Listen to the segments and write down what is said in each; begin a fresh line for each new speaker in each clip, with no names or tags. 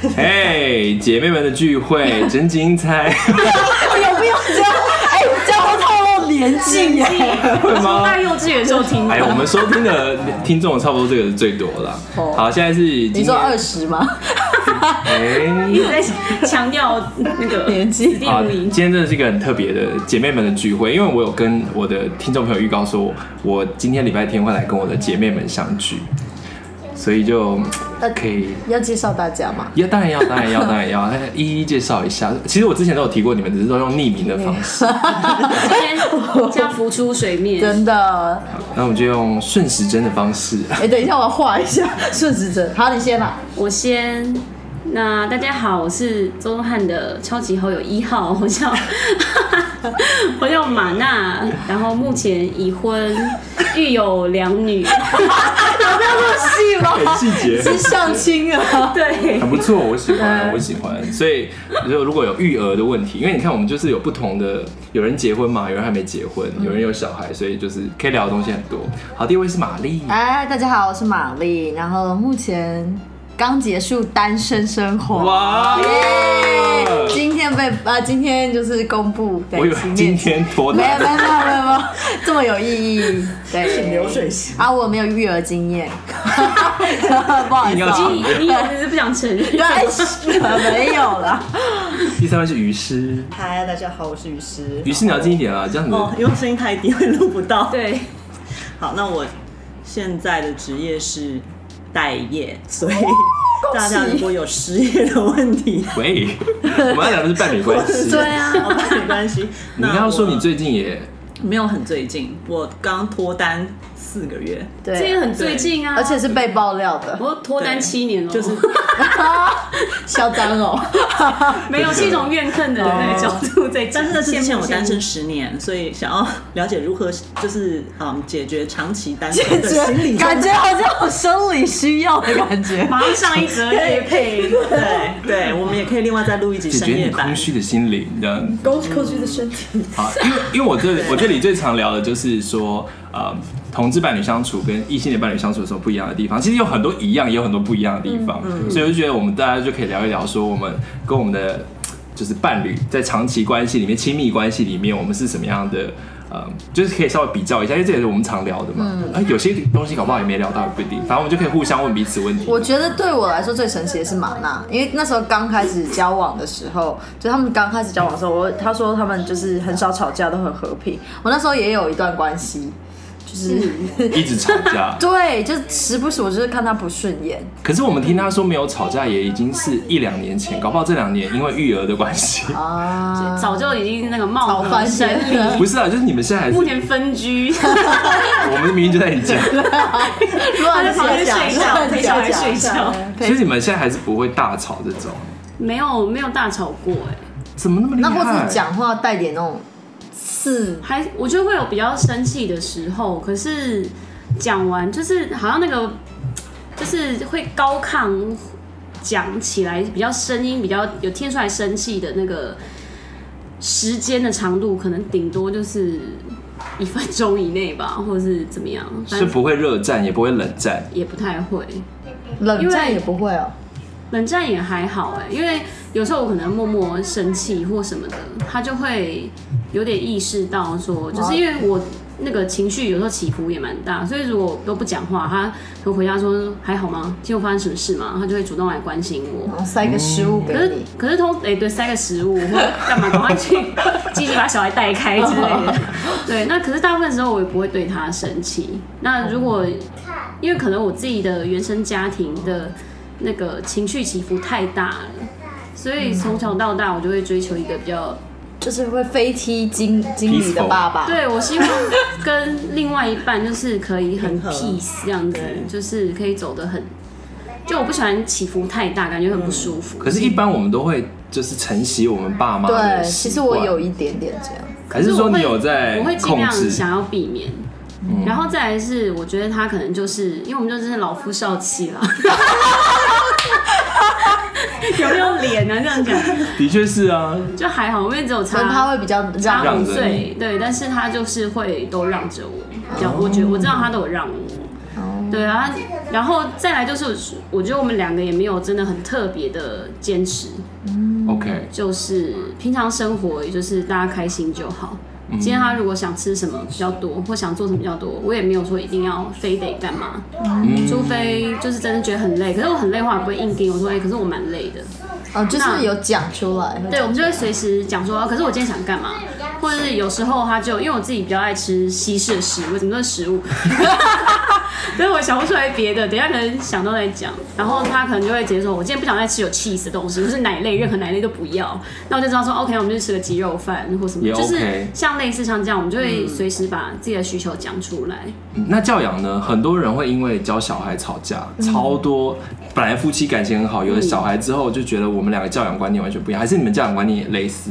嘿、哎姐妹们的聚 会真精彩，
有必要这样？哎，这样会透露年纪耶。
会吗？
大幼稚园时候听的
哎，我们收听的听众差不多这个是最多了。
哦
好，现在是
你
你
说二十吗？
哎
一直在强调那个
年纪
史蒂
好，
夫
今
营
天真的是一个很特别的姐妹们的聚会，因为我有跟我的听众朋友预告说，我今天礼拜天会来跟我的姐妹们相聚，所以就
那
可以。
要介绍大家吗？
要当然要，当然要，当然 要，一一介绍一下。其实我之前都有提过，你们只是都用匿名的方式，
今天这样浮出水面，
真的，
那我们就用顺时针的方式。
哎，等一下，我要画一下顺时针。好，你先啦。
我先。那大家好，我是周宗翰的超级好友一号，我叫 我叫马娜，然后目前已婚，育有两女，
不要那么细了，
很细节
是相亲啊。
对
很不错，我喜欢，我喜欢。所以，就如果有育儿的问题，因为你看我们就是有不同的，有人结婚嘛，有人还没结婚，有人有小孩，所以就是可以聊的东西很多。好，第一位是玛丽，
哎，大家好，我是玛丽，然后目前刚结束单身生活。
哇，
耶！今天被呃，今天就是公布对
我以为
请面
今天脱
没有没
单，
有没有没有没有 这么有意义，对，
流水席。
啊，我没有育儿经验， 不好意
硬
思
要
哦，
你你有只是不想承认，
对，没有啦，
第三位是于师，
嗨，大家好，我是雨师。
于师你要近一点啊，这样子
哦，因为声音太低会录不到。，
对，
好，那我现在的职业是待业，所以大家如果有失业的问题，
喂，我们要聊的是伴侣关系。
对啊，
好吧，没关系。
你
那
刚刚说
我
你最近也
没有很最近，我刚脱单四个月，
这个
对，
很最近啊，
而且是被爆料的，
我脱单七年 了，
就是
嚣张哦，
没有是一种怨恨的那个角度在讲，
但是呢，之前我单身
羡
十年，所以想要了解如何就是嗯解决长期单身
感
的心理
觉感觉好像有生理需要的感觉
慕，马上上一则夜配，
对对，我们也可以另外再录一集
解
深
决
夜
你
版
空。虚的心灵，这样
勾勾去的身体，
好，因为因为我这里我这里最常聊的就是说，呃，同志伴侣相处跟异性的伴侣相处有什么不一样的地方？其实有很多一样，也有很多不一样的地方，
嗯
所以我就觉得我们大家就可以聊一聊，说我们跟我们的就是伴侣在长期关系里面、亲密关系里面，我们是什么样的。呃，就是可以稍微比较一下，因为这也是我们常聊的嘛。
嗯
啊，有些东西搞不好也没聊到，也不一定。反正我们就可以互相问彼此问题。
我觉得对我来说最神奇的是玛娜，因为那时候刚开始交往的时候，就他们刚开始交往的时候，我他说他们就是很少吵架，都很和平。我那时候也有一段关系，就是、，
一直吵架
对，就时不时我就是看他不顺眼，
可是我们听他说没有吵架，也已经是一两年前，搞不好这两年因为育儿的关系，
哦
啊，
早就已经那个貌
好
合
翻
神
身
离，
不是啊，就是你们现在还是
目前分居，
我们明明就在你家，
乱
他在旁边睡觉
乱
陪小孩
讲
睡觉
所以你们现在还是不会大吵这种，
没有没有大吵过哎，
怎么那么厉
那
害？
或者讲话带点那种刺，
还我觉得会有比较生气的时候，可是讲完就是好像那个就是会高亢讲起来，比较声音比较有听出来生气的那个时间的长度，可能顶多就是一分钟以内吧，或者是怎么样，但
是不会热战，也不会冷战，
也不太会。
冷
因
战
为
也不会哦、
冷战也还好哎、因为有时候我可能默默生气或什么的，他就会有点意识到说，就是因为我那个情绪有时候起伏也蛮大，所以如果都不讲话，他可能回家说还好吗？今天有发生什么事吗？他就会主动来关心我。
然后塞个食物给
可是
你，
可是通哎、对塞个食物或者干嘛，赶 快去积极把小孩带开之类 的。对，那可是大部分时候我也不会对他生气。
哦
那如果因为可能我自己的原生家庭的那个情绪起伏太大了，所
嗯
以从小到大我就会追求一个比较，
就是会飞踢经经理的
Peaceful
爸爸，
对我希望跟另外一半就是可以很
平衡
peace 这样子
对，
就是可以走得很。就我不喜欢起伏太大，感觉很不舒服。
嗯可是，一般我们都会就是承袭我们爸妈的
对，
习
其
惯
实我有，一点点这样。
还是说你有在
我会尽
控
量
制？
想要避免。然后再来是，我觉得他可能就是因为我们就真是老夫少妻了，有没有脸呢、啊这样讲
的确是啊，
就还好，因为只有
所以他
差
会比较
差
让
让
五
着
岁，对，但是他就是会都让着我，比较我觉得我知道他都有让我，对啊，然后再来就是，我觉得我们两个也没有真的很特别的坚持，
OK，
就是平常生活，也就是大家开心就好。今天他如果想吃什么比较多，或想做什么比较多，我也没有说一定要非得干嘛，
嗯
除非就是真的觉得很累。可是我很累的话，我不会硬盯。我说，哎、可是我蛮累的。
哦，就是
那
有讲出来。
对，我们就会随时讲说，哦可是我今天想干嘛，或者是有时候他就因为我自己比较爱吃西式的食物，怎么都是食物， 所以我想不出来别的，等一下可能想到再讲。然后他可能就会直接说，我今天不想再吃有 cheese 的东西，或是奶类，任何奶类都不要。那我就知道说，OK，我们就吃个鸡肉饭或什么，
也
就是
OK 嗯
像类似像这样，我们就会随时把自己的需求讲出来。
那教养呢？很多人会因为教小孩吵架，
嗯
超多。本来夫妻感情很好，有了小孩之后就觉得我们两个教养观念完全不一样，还是你们教养观念也类似？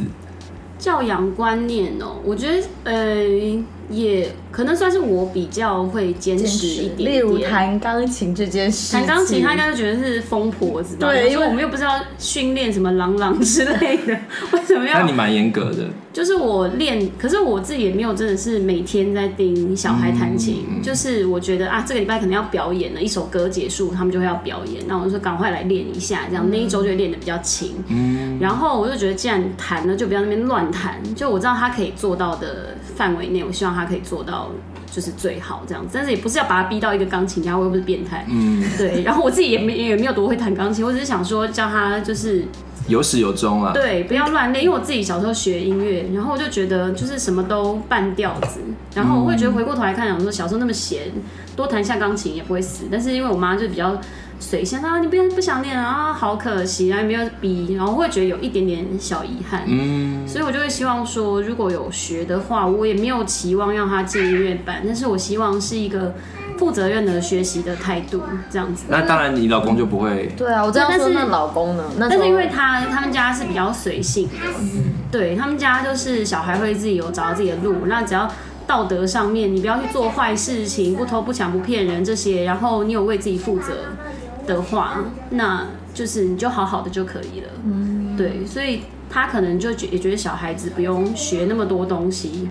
教养观念哦、我觉得呃，也可能算是我比较会坚持一点点，
例如弹钢琴这件事，
弹钢琴，他应该就觉得是疯婆子吧？
对
他说
因为
我们又不是要训练什么郎朗之类的， 为什么
那你
要？
蛮严格的，
就是我练，可是我自己也没有真的是每天在盯小孩弹琴，
嗯嗯
就是我觉得啊，这个礼拜可能要表演了，一首歌结束，他们就会要表演，那我就说赶快来练一下，这样、那一周就会练得比较勤。
嗯，
然后我就觉得，既然弹了，就不要在那边乱弹。就我知道他可以做到的范围内，我希望他可以做到就是最好这样子。但是也不是要把他逼到一个钢琴家，我又不是变态。
嗯，
对，然后我自己也没也没有多会弹钢琴，我只是想说教他就是
有始有终啊啦。
对，不要乱练，因为我自己小时候学音乐，然后我就觉得就是什么都半调子，然后我会觉得回过头来看，想说小时候那么闲，多弹一下钢琴也不会死。但是因为我妈就比较随性啊，你不要不想练啊，好可惜啊，你不要逼，然后会觉得有一点点小遗憾。
嗯，
所以我就会希望说，如果有学的话，我也没有期望让他进音乐班，但是我希望是一个负责任的学习的态度，这样子。
那当然，你老公就不会。
对啊，我这样
但
说，
是
那老公呢？那时
但
候
是因为他他们家是比较随性的，对他们家就是小孩会自己有找到自己的路，那只要道德上面你不要去做坏事情，不偷不抢不骗人这些，然后你有为自己负责的话，那就是你就好好的就可以了。
嗯
对，所以他可能就觉也觉得小孩子不用学那么多东西。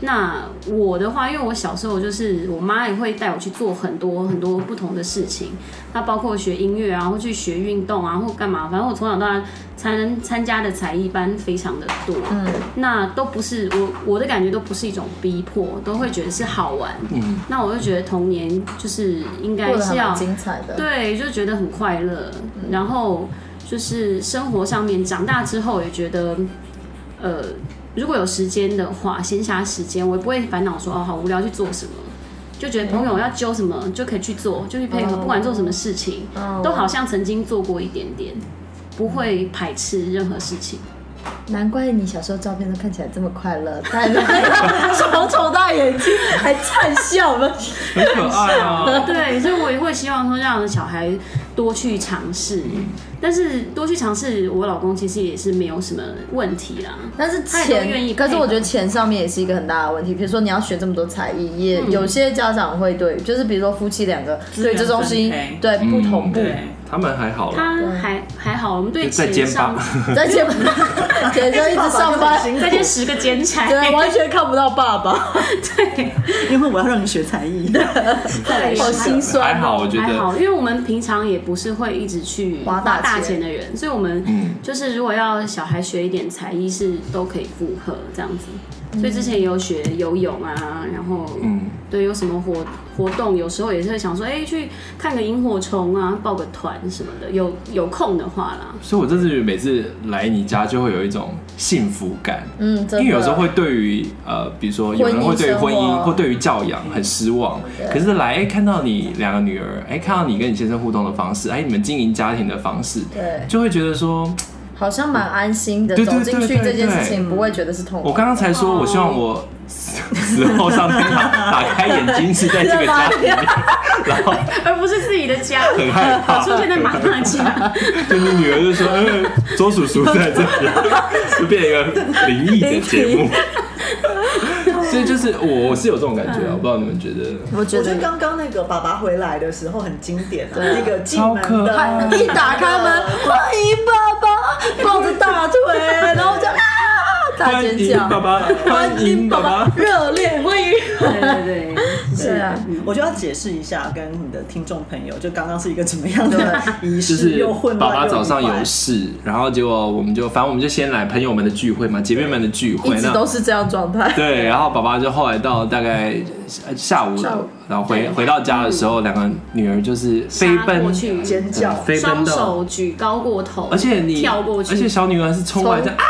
那我的话，因为我小时候就是我妈也会带我去做很多很多不同的事情，那包括学音乐啊，或去学运动啊，或干嘛，反正我从小到大参参加的才艺班非常的多，嗯，那都不是我我的感觉都不是一种逼迫，都会觉得是好玩，嗯，那我就觉得童年就是应该
过得还
是要
蛮精彩的，
对，就觉得很快乐。然后就是生活上面，长大之后也觉得，呃，如果有时间的话，闲暇时间，我也不会烦恼说哦，好无聊去做什么。就觉得朋友要揪什么就可以去做，就去配合，
哦
不管做什么事情，
哦
都好像曾经做过一点点，不会排斥任何事情。
难怪你小时候照片都看起来这么快乐，戴着 小丑大眼睛还灿笑呢。
很可爱啊。
嗯
对，所以我也会希望说让小孩多去尝试，但是多去尝试，我老公其实也是没有什么问题啦。
但是
他也都愿
钱，
意
可是
配合
我觉得钱上面也是一个很大的问题。比如说你要学这么多才艺，也有些家长会对，就是比如说夫妻两个对
源
这东
分
西
配
嗯对嗯不同步，
对，
他们还好啦，
他还还好，我们对
就在
钱
肩
上
膀，
而且 姐就一直上班，
再接十个兼差，
对，完全看不到爸爸，
因为我要让你学才艺。
对
好心酸哦。
还好，我觉
还
得
好，因为我们平常也不是会一直去
花大
大
钱
钱的人，所以我们
嗯
就是如果要小孩学一点才艺是都可以负荷这样子。
嗯
所以之前也有学游泳啊，然后
嗯
对有什么活活动，有时候也是会想说，哎，去看个萤火虫啊，报个团什么的，有有空的话啦。
所以我真是觉得每次来你家就会有一种幸福感，
嗯，真的
因为有时候会对于呃，比如说有人会对于婚
婚姻生
姻
活嗯
或对于教养很失望，可是来哎看到你两个女儿，哎看到你跟你先生互动的方式，哎你们经营家庭的方式，
对，
就会觉得说，
好像蛮安心的，
对对
走进去
对对
这件事
对
情不会觉得是痛苦
我。刚刚才
哦
说我希望我死 死后上天堂，打开眼睛是在这个家里面，然后
而不是自己的家，
很害 怕，
出现在妈 妈家，
就你女儿就说，嗯、周叔叔在这里，就变成一个灵异的节目。 所以就是我我是有这种感觉啊，我不知道你们觉得。
我觉
我觉得
得
刚刚那个爸爸回来的时候很经典啊，
对
那个进门
超可爱
的
一打开 门，欢迎爸爸，抱着大腿，然后就啊大
欢
尖
迎
叫
爸。爸，欢迎爸爸，
热烈欢迎，
对对对，
是啊，
我就要解释一下，跟你的听众朋友，就刚刚是一个怎么样的仪
就
式，
是
又混
爸
乱
爸
又
早上
愉快
有事，然后结果我们就反正我们就先来朋友们的聚会嘛，姐妹们的聚会，
一直
那
都是这样状态。
对，然后爸爸就后来到大概呃下午
下午，
然后回回到家的时候，两个女儿就是飞
杀过
奔，
去，
尖
对
叫，
飞奔
双
到，
手举高过头，
而且你
跳过去，
而且小女儿是冲过来这样啊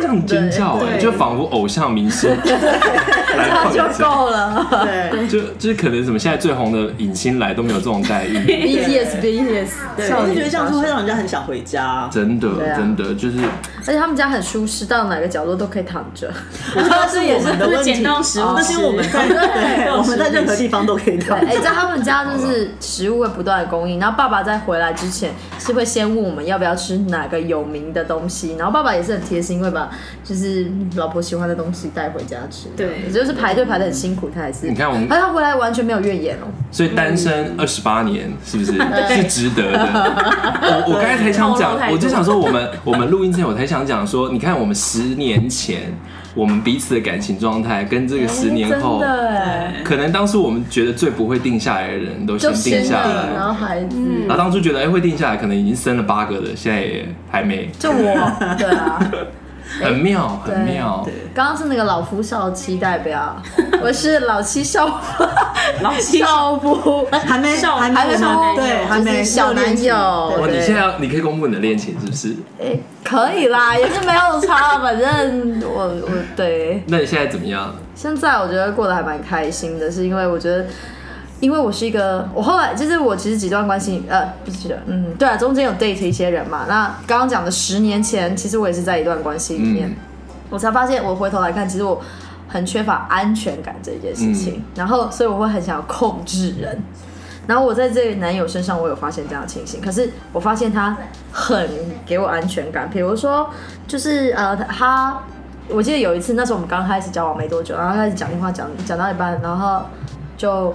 这样尖叫，
对
哎，
对
就仿佛偶像明星来
那
碰一
就
下。
够 了。
对，
就就是可能什么现在最红的影星来都没有这种待 遇，
BTS BTS，
对
少
我就
女
觉得这样
歌
子
手
会让人家很想回家。
真的
对啊
真的就是
而且他们家很舒适，到哪个角落都可以躺着。
那是我们的
就是
问
捡
题，
到食物
那
吃，
是因为我们在对，我们在任何地方都可以
对，
看
哎、。在他们家就是食物会不断的供应，然后爸爸在回来之前是会先问我们要不要吃哪个有名的东西，然后爸爸也是很贴心，会把就是老婆喜欢的东西带回家吃。
对
就是排队排的很辛苦，他还是
你看我们
而他回来完全没有怨言哦、
所以单身二十八年是 不是是值得的？我我刚才才想
透露
讲
太，多
我就想说我们我们录音之前我才想讲说，你看我们十年前我们彼此的感情状态跟这个十年后
真，的哎，
可能当初我们觉得最不会定下来的人都先
就
定
生
下
了，
来
然，后孩子。
然后当初觉得哎会定下来，可能已经生了八个了，现在也还没，
就我，对啊，
很妙很
对
妙。
刚刚是那个老夫少妻 代表，我是老妻少夫， 老妻少夫，
还没，
少
还
还没
没，
出
还没
对，还没
就是小男友
哇，
对
你现在要你可以公布你的恋情是不是？
诶可以啦，也是没有差，反正我我对，
那你现在怎么样？
现在我觉得过得还蛮开心的，是因为我觉得。因为我是一个，我后来就是我其实几段关系，呃，不是几段，嗯，对啊，中间有 date 一些人嘛。那刚刚讲的十年前，其实我也是在一段关系里面，
嗯
我才发现，我回头来看，其实我很缺乏安全感这件事情，
嗯
然后所以我会很想要控制人。然后我在这个男友身上，我有发现这样的情形，可是我发现他很给我安全感。比如说，就是呃，他，我记得有一次，那时候我们刚开始交往没多久，然后开始讲电话讲讲到一半，然后就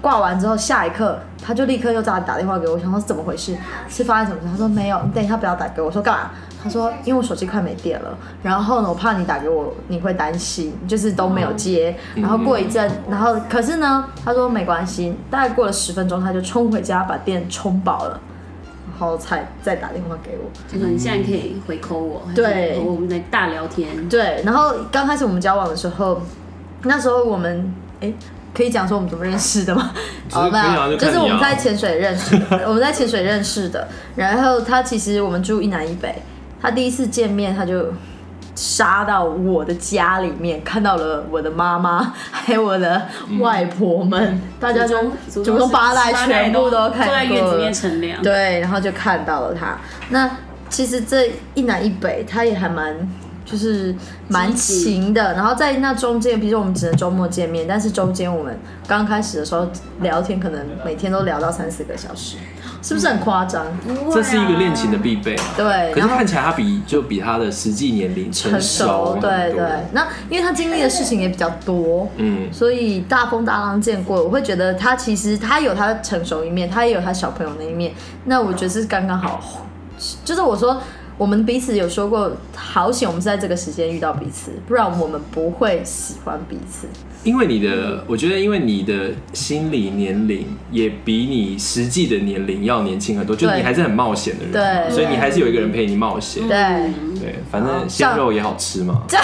挂完之后，下一刻他就立刻又打打电话给我，想说是怎么回事，是发生什么事？他说没有，你等一下不要打给我。我说干嘛？他说因为我手机快没电了，然后呢，我怕你打给我你会担心，就是都没有接。然后过一阵，然后可是呢，他说没关系，大概过了十分钟，他就冲回家把电充饱了。然后才再打电话给我，
就说你现在可以回扣我，
对
我们来大聊天，
对。然后刚开始我们交往的时候，那时候我们哎，可以讲说我们怎么认识 的吗？哦
是可以啊就看
就是
你
我们
啊
在潜水认识的，我们在潜水认识的。然后他其实我们住一南一北，他第一次见面他就杀到我的家里面，看到了我的妈妈还有我的
嗯
外婆们，大家就
祖
祖宗八代全部都看
坐在院
过
子里
了
面。乘凉，
对，然后就看到了他。那其实这一南一北，他也还蛮就是蛮
积极
勤的。然后在那中间，比如说我们只能周末见面，但是中间我们刚开始的时候聊天，可能每天都聊到三四个小时，是不是很夸张？
不会啊
这是一个恋情的必备。啊
对，
可是
然后
看起来他比就比他的实际年龄成
很
熟
熟，
很多，
对对。那因为他经历的事情也比较多，
嗯，
所以大风大浪见过，我会觉得他其实他有他成熟一面，他也有他小朋友那一面。那我觉得是刚刚好，就是我说我们彼此有说过，好险我们是在这个时间遇到彼此，不然我们不会喜欢彼此。
因为你的，我觉得因为你的心理年龄也比你实际的年龄要年轻很多，就是
对
你还是很冒险的人，
对嗯
所以你还是有一个人陪你冒险，
对，
对，反正鲜肉也好吃 嘛。
这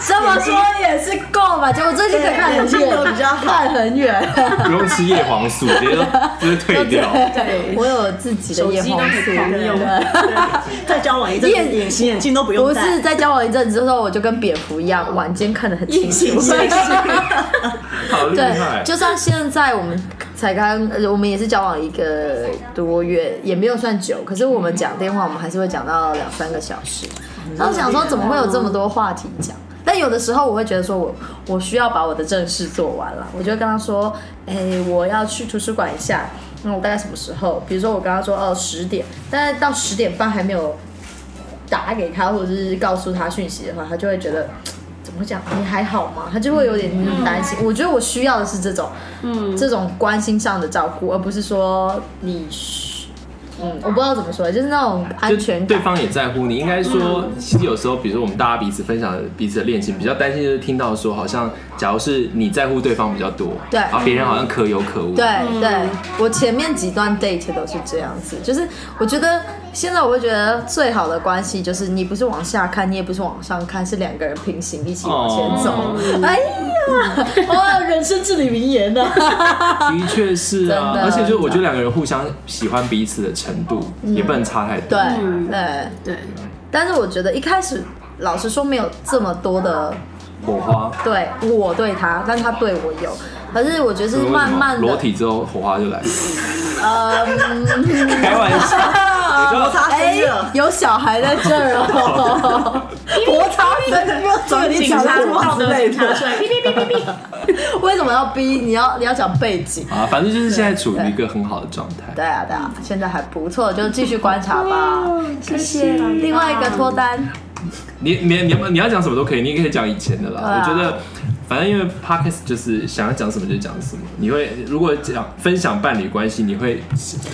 这么说也是够吧？结果最近可以看很
对眼睛都
远，
比较好
看很远。
不用吃叶黄素，直接就直接 退掉。
对，我有自己的
手
夜
机都
黄素
很。狂用，
再交往一阵
眼
子，隐形眼镜都不
不
用戴。
是在交往一阵子之后，我就跟蝙蝠一样，晚间看得很清楚。
好厉害！
对，就算现在我们才刚，呃我们也是交往一个多月，也没有算久，可是我们讲电话，我们还是会讲到两三个小时。
嗯
然后想说，怎么会有这么多话题讲？但有的时候我会觉得说我，我需要把我的正事做完了，我就会跟他说，哎、我要去图书馆一下。那我大概什么时候？比如说我跟他说哦十点，但是到十点半还没有打给他，或者是告诉他讯息的话，他就会觉得怎么讲，你还好吗？他就会有点担心。我觉得我需要的是这种，嗯，这种关心上的照顾，而不是说你嘘嗯，我不知道怎么说，就是那种安全
对
感。嗯
方也在乎你。应该说，其实有时候，比如说我们大家彼此分享彼此的恋情，比较担心就是听到说，好像假如是你在乎对方比较多，
对
然后别人好像可有可无，
对，对，我前面几段 date 都是这样子，就是我觉得现在我会觉得最好的关系就是你不是往下看，你也不是往上看，是两个人平行一起往前走。哎呀，哇，人生至理名言呢、
的确是啊
真。的
而且就我觉得两个人互相喜欢彼此的程度也不能差太多。
嗯对对，
对，啊
但是我觉得一开始老实说没有这么多的
火花，
对我对他，但他对我有。可是我觉得是
为什么
慢慢的，
裸体之后火花就来了，
嗯，
开玩 笑，你知道
擦
哎
身热，，
有小孩在这 儿哦，摩擦分热，这个你
警
讲
察
什
道
么？
德 警察出来，哔哔哔哔哔。
为什么要逼你要你要讲背景？
啊，反正就是现在处于一个很好的状态。
对啊对啊，现在还不错，就继续观察吧。
谢谢。
另外一个脱单，
你你你要你要讲什么都可以，你也可以讲以前的啦。
对啊
我觉得，反正因为 podcast 就是想要讲什么就讲什么。你会如果讲分享伴侣关系，你会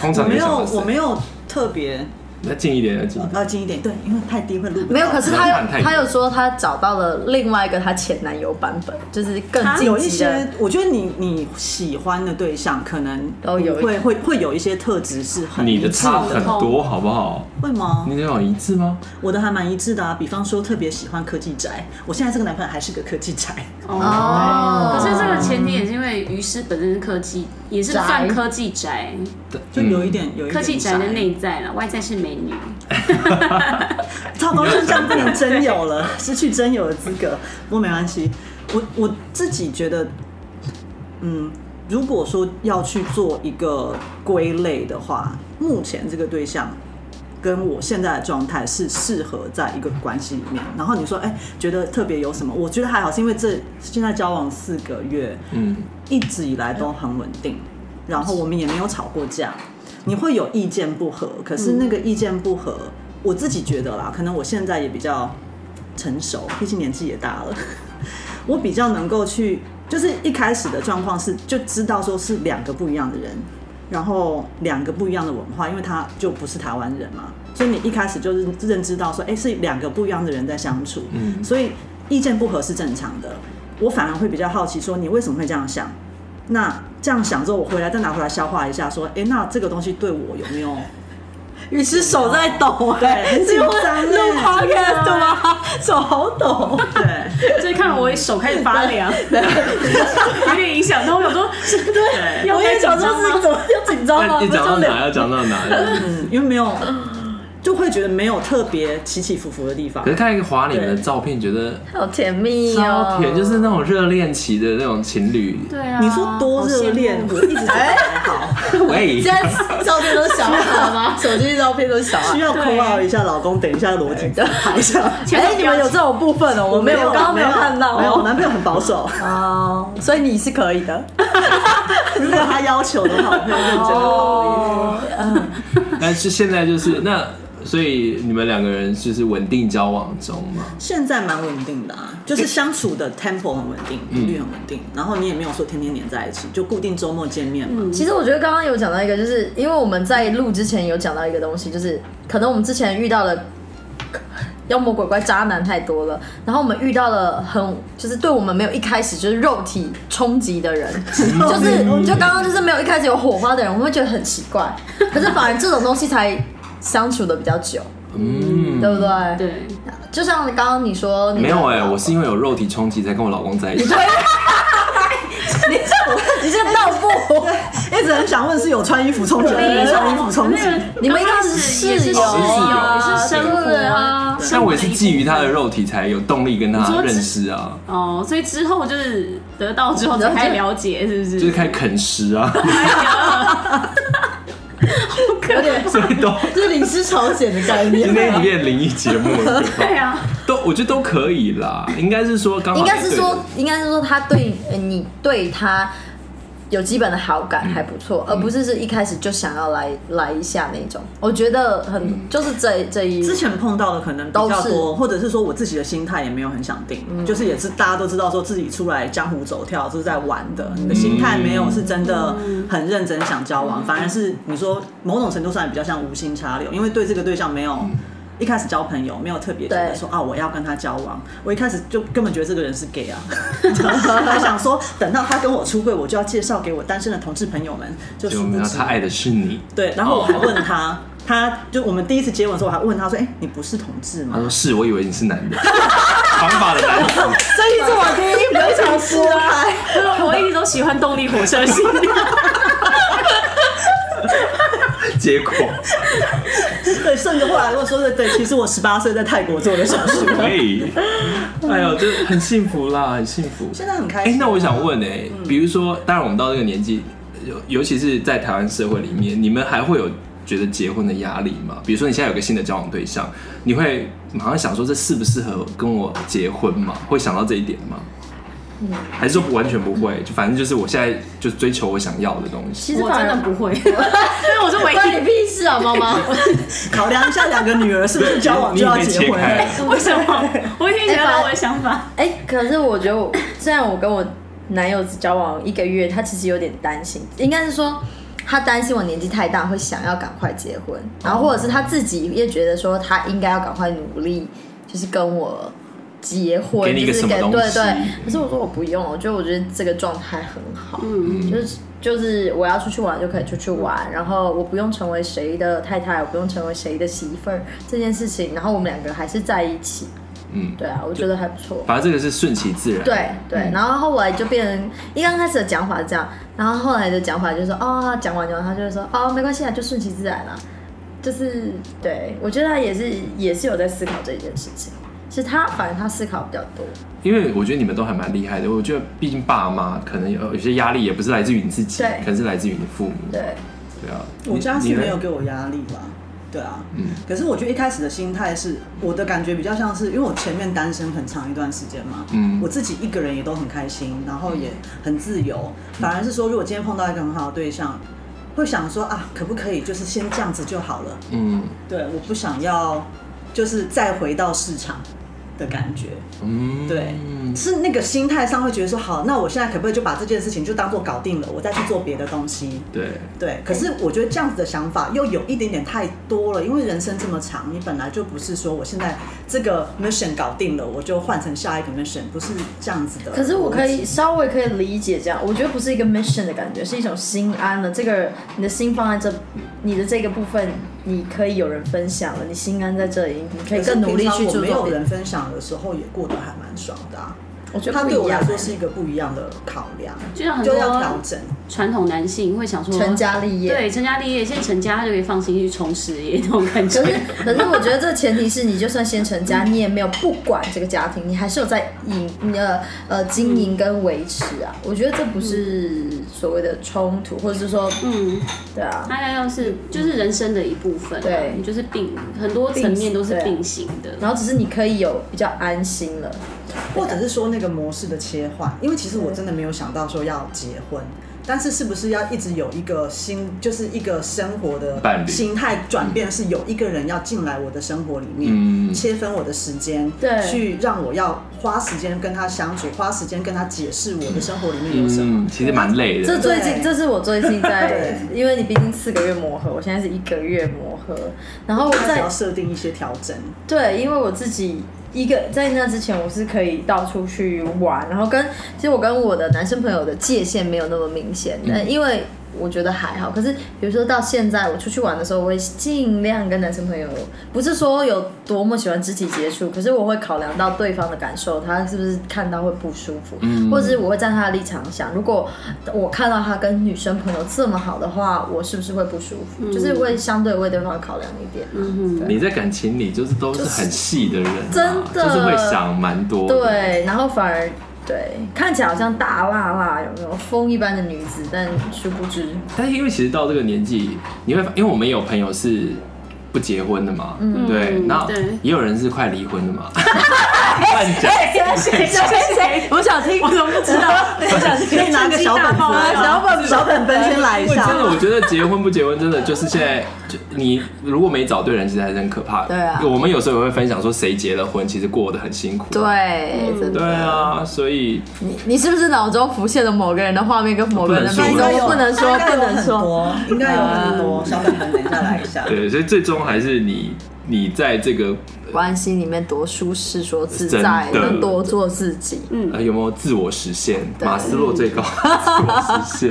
通
我
常
没
你想
有
到谁
我没有特别
要近一点，要近一点。
要近一点，对，因为太低会录不到
没有，可是他
门槛太
有
低
他有说他找到了另外一个他前男友版本，就是更
啊
进
有一
级的
些，我觉得你你喜欢的对象可能
都有一
会会会有一些特质是很
你的
一致
差很多，好不好？
会吗？
你的有一致吗？
我的还蛮一致的啊，比方说特别喜欢科技宅，我现在这个男朋友还是个科技宅，
哦，可是这个前提也是因为于师本身是科技，也是算科技宅，
就
嗯
有一点、有一点
科技宅的
宅
内在了，外在是美女。
超高兴这样不能真有了， 失去真有的资格。不过没关系，我我自己觉得，嗯，如果说要去做一个归类的话，目前这个对象跟我现在的状态是适合在一个关系里面。然后你说，哎、觉得特别有什么？我觉得还好，是因为这现在交往四个月，
嗯，
一直以来都很稳定，然后我们也没有吵过架。你会有意见不合，可是那个意见不合，我自己觉得啦，可能我现在也比较成熟，毕竟年纪也大了， 我比较能够去，就是一开始的状况是就知道说是两个不一样的人，然后两个不一样的文化，因为他就不是台湾人嘛，所以你一开始就是认知到说，哎、是两个不一样的人在相处，
嗯
所以意见不合是正常的。我反而会比较好奇，说你为什么会这样想？那这样想之后，我回来再拿回来消化一下，说，哎、那这个东西对我有 没有？
于是手在抖，
对
是因为
很紧张哎
录 podcast 的吗？手好抖。
对，
所以看我手开始发凉， 有点影响。然后我想说，对，要
我
开
也
紧
想
张
说是
吗？
怎么要紧张吗？
那
哦不
哎你
是
讲
就
到
两
哪？要讲到哪？
嗯，因为没有，就会觉得没有特别起起伏伏的地方
可。是看一个华你们的照片，觉 得
好甜蜜哦
超，甜，就是那种热恋期的那种情侣。
对啊，
你说多热恋，我一直觉得还 好，
喂，
现在照片都是小孩吗？ 手机照片都是小哎
需
孩。
要 call out 一下老公，等一下逻辑排一下。
哎，你们有这种部分哦，我没有，我刚刚没有看到
没有，我
哦。
男朋友很 保守，
哦，所以你是可以的。
如果他要求的话，我会认真的。
哦，
但是现在就是那，所以你们两个人就是稳定交往中嘛？
现在蛮稳定的啊，就是相处的 tempo 很稳定，
嗯
频率很稳定，然后你也没有说天天黏在一起，就固定周末见面嘛。
其实我觉得刚刚有讲到一个，就是因为我们在录之前有讲到一个东西，就是可能我们之前遇到的妖魔鬼怪、渣男太多了，然后我们遇到了很就是对我们没有一开始就是肉体冲击的 人，就是就刚刚就是没有一开始有火花的人，我们会觉得很奇怪。可是反而这种东西才相处的比较久，
嗯，
对不对？，
对，
就像刚刚你说你 的
没有哎、我是因为有肉体冲击才跟我老公在一起。
你这 你这个闹不？
一直很想问是有穿衣服冲击，没穿衣服冲击。
你们一开始
是也
室
是室
友
友
啊
也是生活啊，
但我也是基于他的肉体才有动力跟他认识啊，
哦，所以之后就是得到之后才开始了解，是不是？
就是开始啃食啊，
有点
所以都
是领事朝鲜的概 念
今天一变灵异节目了，
对啊，
都我觉得都可以啦，应该是说刚好哎
应该是
哦对
说，应该是说他对呃你对他有基本的好感还不错，而不是是一开始就想要来来一下那种。我觉得很就是这这一
之前碰到的可能比
都
较
是嗯
多，或者是说我自己的心态也没有很想定，就是也是大家都知道说自己出来江湖走跳就是在玩的，你的心态没有是真的
嗯
很认真想交往，反而是你说某种程度上也比较像无心插柳，因为对这个对象没有。一开始交朋友没有特别觉得
嗯对
说啊我要跟他交往，我一开始就根本觉得这个人是 gay 啊，还想说等到他跟我出柜，我就要介绍给我单身的同志朋友们，就
就
殊
没
不
有
知
他爱的是你，
对，然后我还问他，他就我们第一次接吻的时候，我还问他说：“哎、你不是同志吗
他说是我以为你是 男的，长发的男子，？”
所以这我第一不要想说开，
啊我一直都喜欢动力火车型，
结果
对，甚至后来我说的对，其实我十八岁在泰国做的小事，
喂，哎呦，就很幸福啦，很幸福。
现在很开
哎、
心。
那我想问哎、
嗯
比如说，当然我们到这个年纪，尤尤其是在台湾社会里面，你们还会有觉得结婚的压力吗？比如说你现在有个新的交往对象，你会马上想说这适不适合跟我结婚吗？会想到这一点吗？
嗯
还是说完全不会？就反正就是我现在就追求我想要的东西。
其实
我
反
真
而
的不会，因为我是唯
关你
一。
屁事啊，猫 猫！
考量一下两个女儿是不是交往
你
就
也
要
可以
结
切
婚？
开了，
为什么？我已经想到我的想法。
哎、可是我觉得我， 虽然我跟我男友只交往一个月，他其实有点担心，应该是说他担心我年纪太大，会想要赶快结婚，然后或者是他自己也觉得说他应该要赶快努力，就是跟我。结婚
给你一个
就是
什么
给
东
对
西
对，可是我说我不用，我觉得我觉得这个状态很好，
嗯
就是就是我要出去玩就可以出去玩，然后我不用成为谁的太太，我不用成为谁的媳妇儿这件事情，然后我们两个还是在一起，
嗯，
对啊，我觉得还不错。
反正这个是顺其自然。
对
嗯
对，然后后来就变成一刚开始的讲法是这样，然后后来的讲法就是说，哦，讲完讲完，他就会说，哦，没关系啊，就顺其自然啦、就是对我觉得他也是也是有在思考这件事情，是他反正他思考比较多，
因为我觉得你们都还蛮厉害的。我觉得毕竟爸妈可能有有些压力，也不是来自于你自己，
对
可能是来自于你父母。
对，
对啊，
我
你
家
你
是
呢
没有给我压力啦，对啊，
嗯
可是我觉得一开始的心态是，我的感觉比较像是，因为我前面单身很长一段时间嘛，
嗯
我自己一个人也都很开心，然后也很自由，
嗯
反而是说，如果今天碰到一个很好的对象，会想说啊，可不可以就是先这样子就好了？
嗯
对，我不想要就是再回到市场的感觉，
嗯，
对，是那个心态上会觉得说，好，那我现在可不可以就把这件事情就当做搞定了，我再去做别的东西？
对，
对，可是我觉得这样子的想法又有一点点太多了，因为人生这么长，你本来就不是说我现在这个 mission 搞定了，我就换成下一个 mission，不是这样子的。
嗯可是我可以，稍微可以理解这样，我觉得不是一个 mission 的感觉，是一种心安了。这个你的心放在这，你的这个部分你可以有人分享了，你心安在这里，你可以更努力去
我
做
没
作
有
品
人分享的时候，也过得还蛮爽的、啊。
我觉得
它
不
对
一
我
样欸
来，说是一个不一样的考量，
就像很
就要调
多
整。
传统男性会想说
欸成家立业，
对，成家立业，先成家他就可以放心去冲事业那种感
可是
觉。，
可是我觉得这前提是你就算先成
嗯
家，你也没有不管这个家庭，你还是有在营呃呃经营跟维持
嗯
啊。我觉得这不是所谓的冲突，或者是说，
嗯，
对啊，
大概要是就是人生的一部分啊，
对
就是并很多层面都是并行的。
然后只是你可以有比较安心了，
或者是说那个模式的切换，因为其实我真的没有想到说要结婚，但是是不是要一直有一个心，就是一个生活
伴
的
侣
心态转变，是有一个人要进来我的生活里面，
嗯
切分我的时间，
对
去让我要花时间跟他相处，花时间跟他解释我的生活里面有什么。
嗯，其实蛮累
这
的。
最近，
对
这是我最近在，
对
因为你毕竟四个月磨合，我现在是一个月磨合，然后我
他只
在
要设定一些调整，
对，因为我自己一个在那之前，我是可以到处去玩，然后跟其实我跟我的男生朋友的界限没有那么明显，但因为我觉得还好。可是比如说到现在，我出去玩的时候，我会尽量跟男生朋友，不是说有多么喜欢肢体接触，可是我会考量到对方的感受，他是不是看到会不舒服，或者是我会站他的立场想，如果我看到他跟女生朋友这么好的话，我是不是会不舒服？就是会相对为对方考量一点啊、
嗯，
你在感情里就是都是很细的人啊、
真的
就是会想蛮多。，
对，然后反而对看起来好像大辣辣，有没有风一般的女子？但殊不知，
但是因为其实到这个年纪，你会发因为我们也有朋友
嗯
是不结婚的嘛，对，那
对
也有人是快离婚的嘛，乱讲。
谁谁谁 谁？我想听，我怎么不知道？我想听，
可以拿个小本子啊，
趁机大
小本小本本先来一
因为
下
真。的，我觉得结婚不结婚，真的就是现在，就你如果没找对人，其实还是很可怕的。
对啊
我们有时候也会分享说，谁结了婚，其实过得很辛苦。
对，真
对
的。
啊，所以
你你是不是脑中浮现了某个人的画面跟某个人的名字？我不能说，不能说。
说，应该有很多小本本，等一下来一下。
对，所以最终还是你你在这个
关系里面多舒适，说自
真
在，
的
能多做自己，
呃有没有自我实现？马斯洛最高自我实现。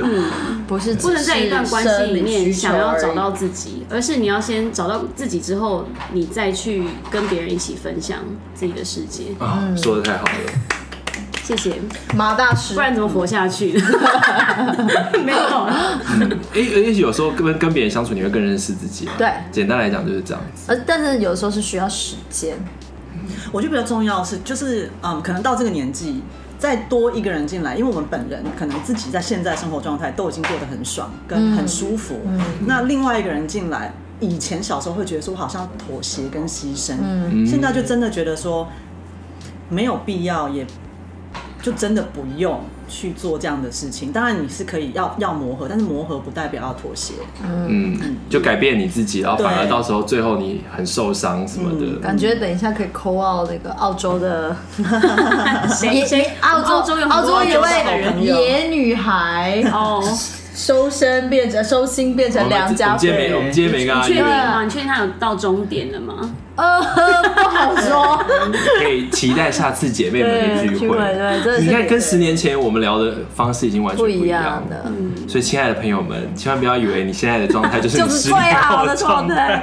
不是
不
不
能在一段关系里面想要找到自己，而是你要先找到自己之后，你再去跟别人一起分享自己的世界。
啊，说的太好了。
谢谢，
马大师
不。然怎么活下去？没有，
嗯诶，也许有时候跟跟别人相处，你会更认识自己啊。
对
简单来讲就是这样子。
呃，但是有时候是需要时间，
我觉得比较重要的是，就是嗯，可能到这个年纪，再多一个人进来，因为我们本人可能自己在现在生活状态都已经过得很爽，跟很舒服。那另外一个人进来，以前小时候会觉得说，我好像妥协跟牺牲，
嗯
现在就真的觉得说，没有必要，也就真的不用去做这样的事情。当然你是可以要要磨合，但是磨合不代表要妥协。
嗯，就改变你自己，然后反而
对
到时候最后你很受伤什么的。
感觉等一下可以扣到那个澳洲的，
谁谁
澳洲
澳洲有很
澳
多
洲一
澳洲的好
位
朋友
野女孩
哦，
收身变成收心变
我
成
们
良
我
家
们今天没，
妇
我
女，
们今天没跟
你
他
确
约，
定吗？你确定他有到终点了吗？
呃，不好说。
可以期待下次姐妹们的
对，
聚
会
会。
对，真的是
你看，跟十年前我们聊的方式已经完全
不
不一
一样
样嗯
的。，
嗯
所以，亲爱的朋友们，千万不要以为你现在的状态就是
就
你
是
十
最
年
好的状
状态，
态。啊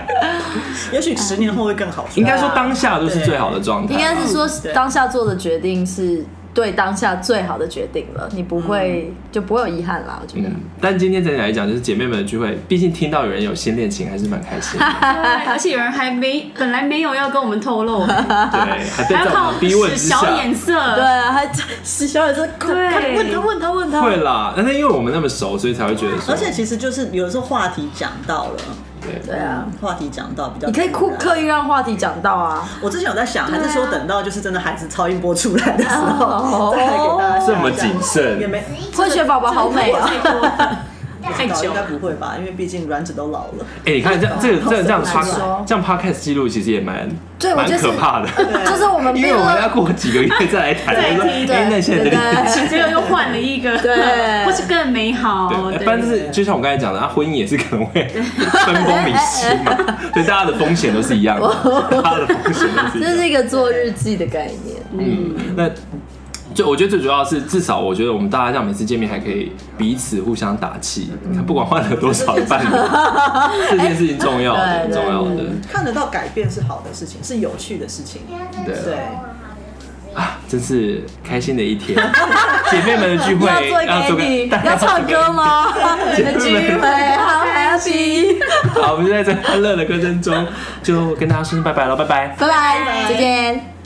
也许十年后会更好。
应该说当下就是最好的状态。啊
啊应该是说
对
当下做的决定是对当下最好的决定了，你不会就不会有遗憾啦。我觉得
嗯，但今天整体来讲，就是姐妹们的聚会，毕竟听到有人有新恋情，还是蛮开心的。
对哎而且有人还没，本来没有要跟我们透 露，还
对，还被
要
在我
靠
们逼问之下
小，眼
对
色，
啊，还小野是
对
快问他问他问他，
会啦。但是因为我们那么熟，所以才会觉得说，
而且其实就是有的时候话题讲到了，
对，
对啊，
话题讲到比较，啊
你可以刻刻意让话题讲到啊，
我之前有在想，还
啊
是说等到就是真的孩子超音波出来的时候，
哦
再来给大家
这么谨慎
也，没
混血宝宝好美啊。
太
搞
久
应该
了。
不会吧？因为毕竟卵子都老了，
哎、你看这样这个这个这样
很
刷
难说
这样 podcast 记录其实也蛮
对我
蛮
觉得
可
是
怕的，
就是我们
因
没
为
有
我们要过几个月再来谈，
对
就说
听
对
哎那现在的
对
恋情，
结果又换了一个，
对
或是更美
哦
好。
对，哎
对
但是就像我刚才讲的，啊，婚姻也是可能会 分崩离析嘛， 所以大家的风险都是一样的，大家的风险都是一样的。
这哦是一个做日记的概念，
嗯，那最我觉得最主要的是，至少我觉得我们大家这样每次见面还可以彼此互相打气，
嗯
不管换了多少的 伴侣，这件事情重要的，
哎对对
重要的。
看得到改变是好的事情，是有趣的事情。
对啊真
对，
是开心的一 天，姐妹们的聚
你
会
要做一个
做个
ending，要唱 歌吗？你的聚会 好 happy，
好，我们就在这欢乐的歌声中，就跟大家说声拜拜了，拜拜。
拜拜，再见。